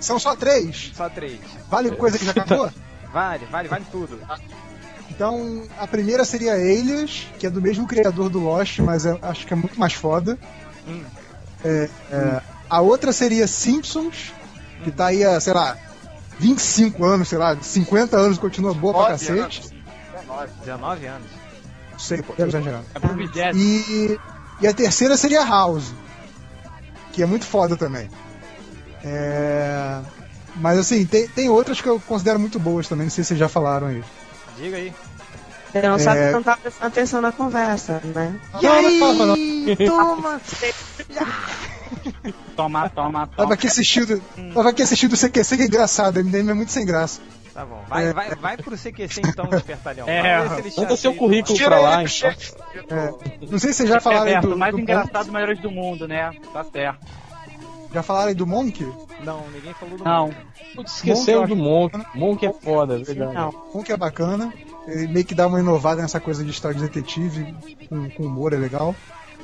São só três?
Só três.
Vale coisa que já acabou? <laughs>
Vale, vale, vale tudo.
Então, a primeira seria Alias, que é do mesmo criador do Lost, mas é- acho que é muito mais foda.
Hum.
É, é, a outra seria Simpsons, que tá aí há, sei lá, 25 anos, sei lá, 50 anos, continua boa pra
Nove
cacete.
anos. Dezenove.
19 anos.
Não sei, pô, tô exagerando.
é pro vigésimo.
E, e a terceira seria House, que é muito foda também. É, mas assim, tem, tem outras que eu considero muito boas também, não sei se vocês já falaram aí.
Diga aí.
Não, só
É.
que não tá prestando atenção na conversa, né?
E aí?
Toma!
Toma, toma,
Tava
toma.
aqui assistindo, tava aqui assistindo o CQC, que é engraçado, o MDM é muito sem graça.
Tá bom. Vai, vai, vai pro CQC então, espertalhão.
É,
Vamos ver se ele
Manda
te
seu
aceita.
currículo
Tira
pra
ele
lá,
do
então.
chat.
É, Não sei se vocês já falaram aí
Reverso,
do,
É mais
do
engraçado maiores do mundo, né? Tá certo.
Monk. Já falaram aí do Monk?
Não, ninguém falou do
Não,
Putz, esqueceu do Monk. Monk é foda, é verdade.
Não,
Monk é bacana, ele meio que dá uma inovada nessa coisa de história de detetive, com, com humor é legal.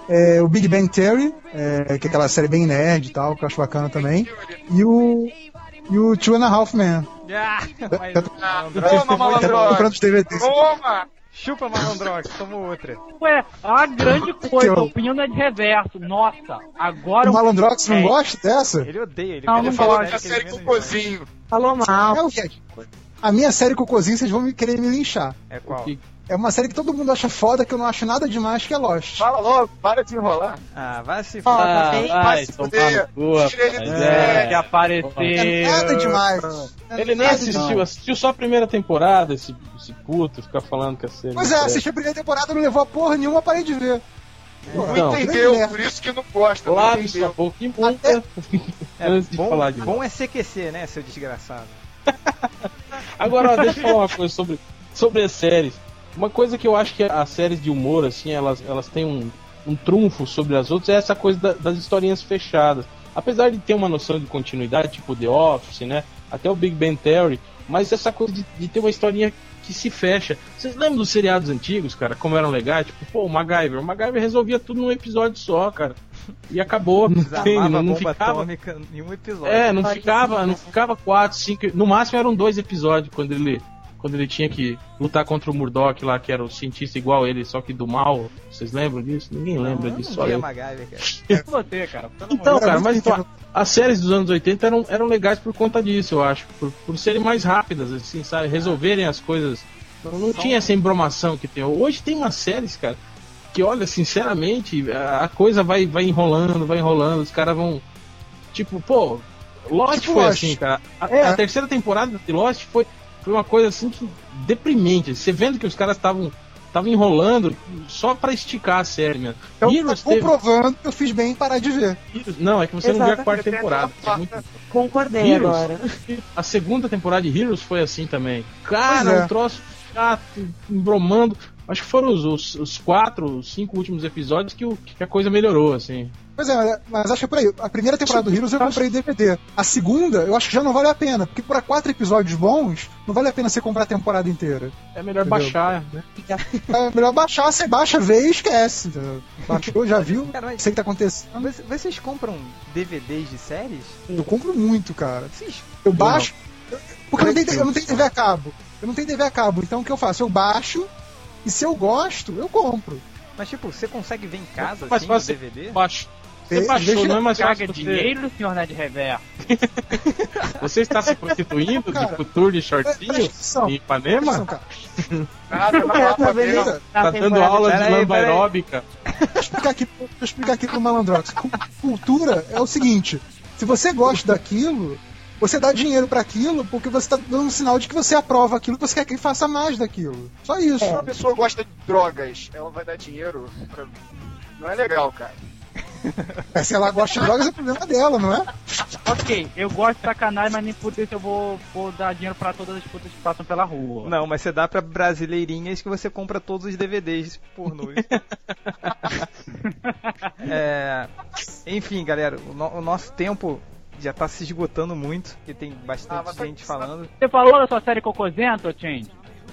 É, o Big Bang Theory, é, que é aquela série bem nerd e tal, que eu acho bacana também. E o. E o Two and a Half Men.
Ah, mas
Toma,
malandrox.
Que é
malandro!
<laughs> comprando os DVDs.
Toma!
Chupa malandrox, tomou outra.
Ué, a grande coisa,
Que
a
eu-
opinião não é de reverso. Nossa, agora
O
o
Malandrox não
É.
gosta dessa?
Ele odeia, ele
Não,
quer
não
defender
pode.
É
ele,
a
que
série
ele menos
Cocôzinho.
falou mal.
É o que A minha série Cocôzinho, vocês vão me- querer me linchar.
vai. É qual?
É uma série que todo mundo acha foda, que eu não acho nada demais, que é Lost.
Fala logo, para de enrolar.
Ah, vai se
Ó,
f-
tá
Ah,
bem?
vai
se
tomar
fuder.
no cu, rapaz.
Tira ele do
é,
É.
que
É
apareceu.
nada demais. É
Ele nem
nada
assistiu,
demais.
assistiu só a primeira temporada, esse, esse puto, ficar falando que a série.
Pois é,
não presta.
assisti a primeira temporada, não levou a porra nenhuma, parei de ver.
Não
Então,
entendeu,
grande
por isso que não gosta. Não
Lave sua
entendeu.
boca e boca <laughs> antes de
bom,
falar de
bom é CQC, né, seu desgraçado?
Agora, ó, deixa eu falar uma coisa sobre, sobre as séries. Uma coisa que eu acho que as séries de humor, assim, elas, elas têm um, um trunfo sobre as outras, é essa coisa da- das historinhas fechadas. Apesar de ter uma noção de continuidade, tipo The Office, né? Até o Big Bang Theory, mas essa coisa de, de ter uma historinha que se fecha. Vocês lembram dos seriados antigos, cara? Como eram legais? Tipo, pô, o MacGyver. O MacGyver resolvia tudo num episódio só, cara. E acabou. Não, tem,
<laughs> Desarmava
não,
a
não
bomba
ficava
atômica em um episódio.
é, não
Pode
ficava,
ser.
não ficava quatro, cinco. No máximo eram dois episódios quando ele quando ele tinha que lutar contra o Murdoch lá, que era o cientista igual ele, só que do mal. Vocês lembram disso? Ninguém lembra disso, só
Não via
eu.
MacGyver, cara.
Você, cara. pelo amor
Então,
Era
cara,
muito
mas então,
pequeno.
as séries dos anos 80 eram, eram legais por conta disso, eu acho. Por, por serem mais rápidas, assim, sabe? Resolverem as coisas. Não, não tinha essa embromação que tem. Hoje tem umas séries, cara, que olha, sinceramente, a a coisa vai, vai enrolando, vai enrolando, os caras vão. Tipo, pô, Lost
Tipo
foi
Lost.
assim, cara. A, é, a
É.
terceira temporada de Lost foi, foi uma coisa assim que deprimente. Você vendo que os caras estavam. Tava enrolando só pra esticar a série, mesmo.
Então,
Heroes
tá
teve-
comprovando que eu fiz bem em parar de ver.
Heroes- Não, é que você não viu a
Exatamente.
quarta temporada. que é muito
Concordei
Heroes?
agora.
a segunda temporada de Heroes foi assim também. Cara,
Pois é.
um troço chato, embromando. Acho que foram os, os, os quatro, os cinco últimos episódios que, o, que a coisa melhorou, assim.
Pois é, mas acho que é por aí. A primeira temporada do Heroes
tá.
eu comprei DVD. A segunda, eu acho que já não vale a pena, porque para quatro episódios bons, não vale a pena você comprar a temporada inteira.
É melhor
Entendeu?
baixar, né?
É melhor baixar, você baixa, vê e esquece. entendeu? Baixou, já viu,
Cara, mas-
sei o que tá acontecendo.
Mas Vocês compram DVDs de séries?
Eu compro muito, cara.
Vocês
Eu baixo. eu- Porque eu não, tenho, eu não tenho TV a cabo. Eu não tenho TV a cabo, então o que eu faço? Eu baixo e se eu gosto, eu compro.
Mas tipo, você consegue ver em casa
Mas
assim, o
você-
DVD?
Baixo. Você
Ve-
baixou,
veja-
não é mais
Caga
fácil você...
dinheiro, senhor Ned Reverso.
Você está se prostituindo de
Cara,
futuro de
Pre-
shortinho
É, Presta atenção.
em
presta
Ipanema?
atenção, cara.
<laughs>
Nada, vai lá pra ver.
Beleza?
Tá dando aula de
Peraí,
lamba
peraí.
aeróbica?
Deixa eu explicar aqui, deixa eu explicar aqui pro Malandrox. Cu- Cultura é o seguinte: se você gosta daquilo, você dá dinheiro pra aquilo porque você tá dando um sinal de que você aprova aquilo que você quer que ele faça mais daquilo. Só isso.
É.
Se uma pessoa gosta de drogas, ela vai dar dinheiro pra mim. Não é legal, cara.
É, se ela gosta de drogas, é problema dela, não é?
Ok, eu gosto de sacanagem, mas nem por isso eu vou, vou dar dinheiro pra todas as putas que passam pela rua.
Não, mas você dá pra brasileirinhas que você compra todos os DVDs <laughs> pornôs. é, enfim, galera, o, no- o nosso tempo já tá se esgotando muito, porque tem
Ah,
bastante
mas tá-
gente falando.
Você falou da sua série Cocozento, Change?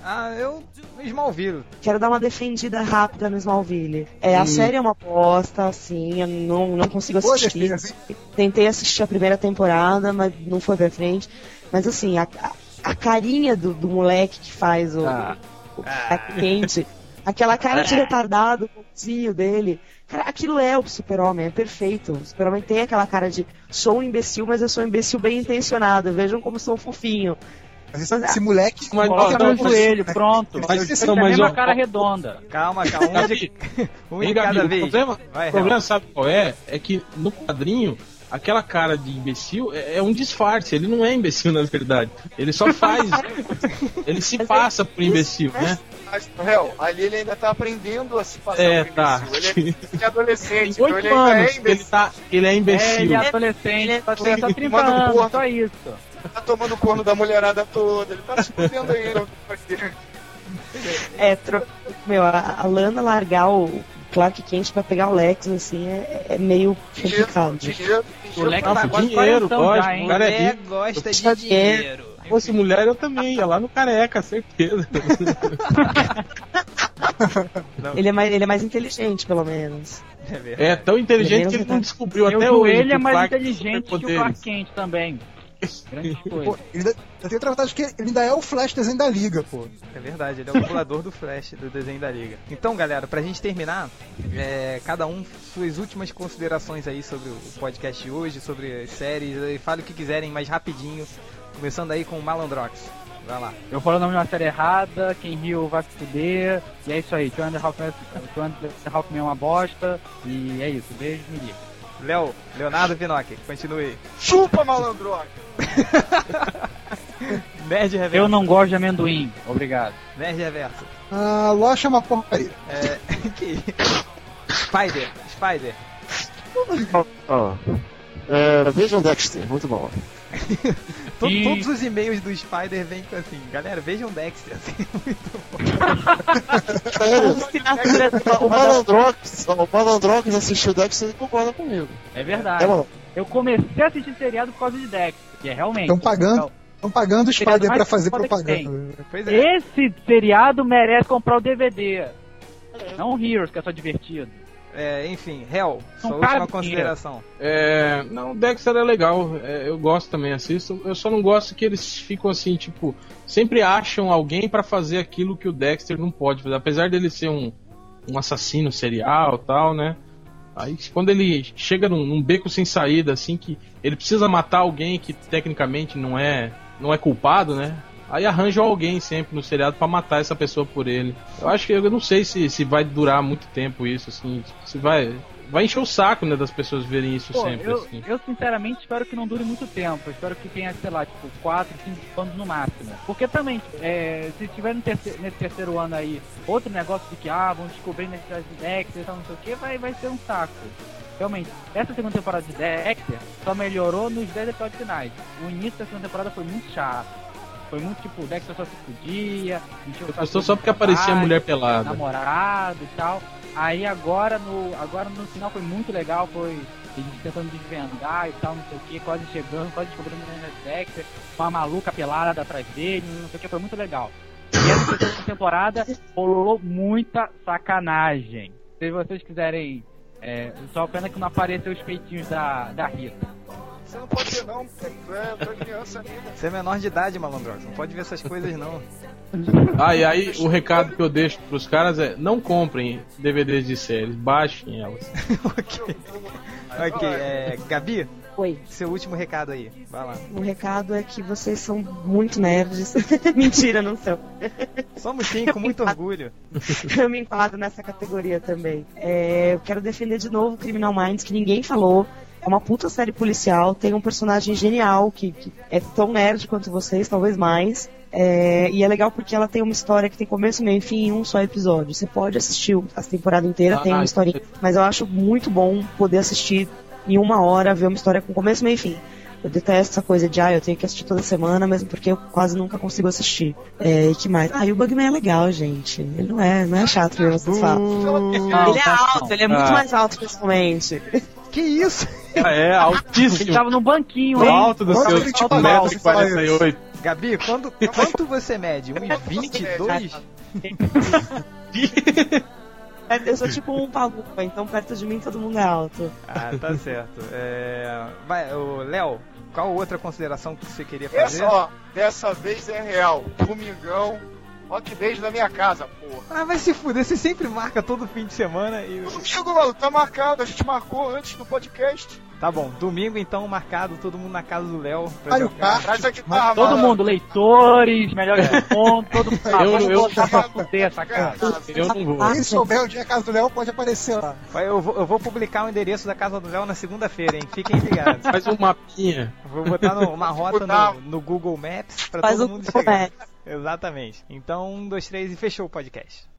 Ah, eu esmalviro.
Quero dar uma defendida rápida no Smallville. É, a série é uma bosta, assim, eu não, não consigo
Hum. Boa
assistir.
defesa, hein?
Tentei assistir a primeira temporada, mas não foi pra frente. Mas assim, a, a- a carinha do, do moleque que faz o,
Ah.
o cara quente, aquela cara de retardado com o tio dele. Cara, aquilo é o super-homem, é perfeito. O super-homem tem aquela cara de sou um imbecil, mas eu sou um imbecil bem intencionado. Vejam como sou fofinho.
Mas esse, esse moleque.
Mas,
Coloca
não,
no
mas-
joelho, pronto.
mas-
mas,
Esse
não,
Tem a
mas
mesma
ó,
cara
ó,
redonda.
Calma, calma, um de,
Gabi,
<laughs> um
hein,
de
Gabi,
cada
o
vez.
problema,
Vai,
O problema,
Real.
sabe qual é? É que no quadrinho, aquela cara de imbecil é, é um disfarce. Ele não é imbecil, <laughs> na verdade. Ele só faz. ele se passa por imbecil, né?
Mas, na real, ali ele ainda tá aprendendo a se passar
É,
por
tá.
imbecil. Ele é- ele é
Tem
adolescente, então ele
oito
ainda
anos
é
que <laughs> ele,
imbecil.
tá, ele é
É, ele
imbecil.
é adolescente, só tem só 30
Manda um
anos,
porco.
só isso.
Tá tomando corno da mulherada toda. Ele tá se fudendo ainda.
É, tro... meu, a, a Lana largar o Clark Kent pra pegar o Lex, assim, é, é meio
Dinheiro,
complicado.
dinheiro,
O
dinheiro.
moleque
tá
tá
quase
dinheiro,
quarentão
lógico.
já, hein?
O cara é
Mulher
rico.
gosta
Tá
de
dinheiro.
dinheiro.
Se fosse mulher, eu também ia lá no careca, certeza.
Ele é, mais, ele é mais inteligente, pelo menos.
É verdade.
É tão inteligente que ele não descobriu
Meu
até hoje.
joelho é
o
mais
Clark tem
inteligente que o Clark
superpoderes.
Kent também. Grande
Pô,
coisa.
ele ainda, eu tenho outra vantagem que ele ainda é o Flash desenho da Liga, pô.
É verdade, ele é o dublador do Flash, do desenho da Liga. Então, galera, pra gente terminar, é, cada um suas últimas considerações aí sobre o podcast de hoje, sobre as séries, aí, fale o que quiserem, mas rapidinho. Começando aí com o Malandrox. Vai lá.
Eu falo o nome de uma série errada, quem riu vai se fuder. E é isso aí, Two and a Half Men- Two and a Half Men é uma bosta. E é isso, beijo, me liga.
Léo, Leonardo Pinocchi, continue.
Chupa, malandroca.
<laughs> Nerd Reverso.
Eu não gosto de amendoim, obrigado.
Nerd Reverso.
A loja é uma porcaria.
É... <laughs> que... Spider, Spider.
Ó. É, vejam Dexter, muito bom.
To-
E-
Todos os e-mails do Spider vêm com assim, galera, vejam Dexter. Assim.
Sério, <laughs> o Malandrox, ó, o Malandrox assistiu Dexter e concorda comigo.
É
É,
verdade.
mano,
Eu comecei a assistir seriado por causa de Dex, que é realmente.
Estão pagando. Estão pagando o
Seriado
Spider
é mais
pra fazer
foda que
propaganda.
Então,
Pois é.
Esse seriado merece comprar o DVD. Não Heroes, que é só divertido.
É, enfim, Hell,
Não
sua
cabe
última consideração.
É, não, o Dexter é legal, é, eu gosto também, assisto. Eu só não gosto que eles ficam assim, tipo, sempre acham alguém pra fazer aquilo que o Dexter não pode fazer. Apesar dele ser um, um assassino serial tal, né? Aí quando ele chega num, num beco sem saída, assim, que ele precisa matar alguém que tecnicamente não é, não é culpado, né? Aí arranjam alguém sempre no seriado pra matar essa pessoa por ele. Eu acho que eu não sei se, se vai durar muito tempo isso, assim, se vai. Vai encher o saco, né, das pessoas verem isso
Pô,
sempre,
eu,
assim.
eu, sinceramente espero que não dure muito tempo. Eu espero que tenha, sei lá, tipo, 4, 5 anos no máximo. Porque também, é, se tiver no terceiro, nesse terceiro ano aí outro negócio de que, ah, vão descobrir nesse de Dexter e tal, não sei o que, vai, vai ser um saco. Realmente, essa segunda temporada de Dexter só melhorou nos 10 episódios finais. O início da segunda temporada foi muito chato. Foi muito tipo, o Dexter só se fudia, encheu o saco
Gostou só
do
porque aparecia a
rapaz
mulher pelada.
namorado e tal. Aí agora no, agora no final foi muito legal, foi a gente tentando desvendar e tal, não sei o que, quase chegando, quase descobrindo o Nerd Dexter, uma maluca pelada atrás dele, não sei o que, foi muito legal. E essa segunda temporada rolou muita sacanagem. Se vocês quiserem, é, só pena que não apareceu os peitinhos da, da Rita.
Você não pode ver, não. Tu é, tu é criança ainda.
Você é menor de idade, malandrox. Não pode ver essas coisas, <laughs> não.
Ah, e aí o recado que eu deixo pros caras é: não comprem DVDs de séries, baixem elas.
ok, é, Gabi,
Oi.
seu último recado aí. Vai lá.
O recado é que vocês são muito nerds. <laughs> Mentira, não são.
Somos sim, com <laughs> muito orgulho.
<laughs> eu me enquadro nessa categoria também. É, eu quero defender de novo Criminal Minds, que ninguém falou. É uma puta série policial, tem um personagem genial que, que é tão nerd quanto vocês, talvez mais. É, e é legal porque ela tem uma história que tem começo, meio e fim em um só episódio. Você pode assistir a temporada inteira, tem
Ah,
uma historinha. Mas eu acho muito bom poder assistir em uma hora, ver uma história com começo, meio e fim. Eu detesto essa coisa de, ah, eu tenho que assistir toda semana, mesmo porque eu quase nunca consigo assistir. É, e que mais? Ah, e o Bugman é legal, gente. Ele não é, não é chato mesmo,
Uh.
vocês falam. Ele
tá
tá
é alto, ele é muito
Ah.
mais alto, pessoalmente.
Que isso?
Ah, <laughs> é
Ele
altíssimo.
tava no banquinho,
No
hein?
alto dos
Bota
seus
ele de
1,48m.
Gabi, quando, quanto você <laughs> mede? 1,22?
É, Eu sou tipo um palupa, então perto de mim todo mundo é alto.
Ah, tá certo. É, Vai, ô, Léo, qual outra consideração que você
Tá
queria fazer?
Essa, ó, dessa vez é real. Domingão, rock beijo na minha casa, porra.
Ah, vai se fuder, você sempre marca todo fim de semana e.
Domingo, mano, tá marcado. A gente marcou antes do podcast.
Tá bom, domingo então marcado, todo mundo na casa do Léo. pra
Mario
jogar.
Kart,
Traz a guitarra,
Todo
mano.
mundo, leitores, melhores <laughs> pontos, todo mundo. Ah,
Eu-
vamos
eu-
colocar pra fuder essa cara.
Eu não vou.
quem souber o dia a casa do Léo pode aparecer lá.
Vai, eu, vou, eu vou publicar o endereço da casa do Léo na segunda-feira, hein? Fiquem ligados.
Faz um mapinha.
Vou botar no- uma rota
botar-
no, no Google Maps pra
Faz
todo
o
mundo
Google
chegar.
Maps.
Exatamente. Então, um, dois, três e fechou o podcast.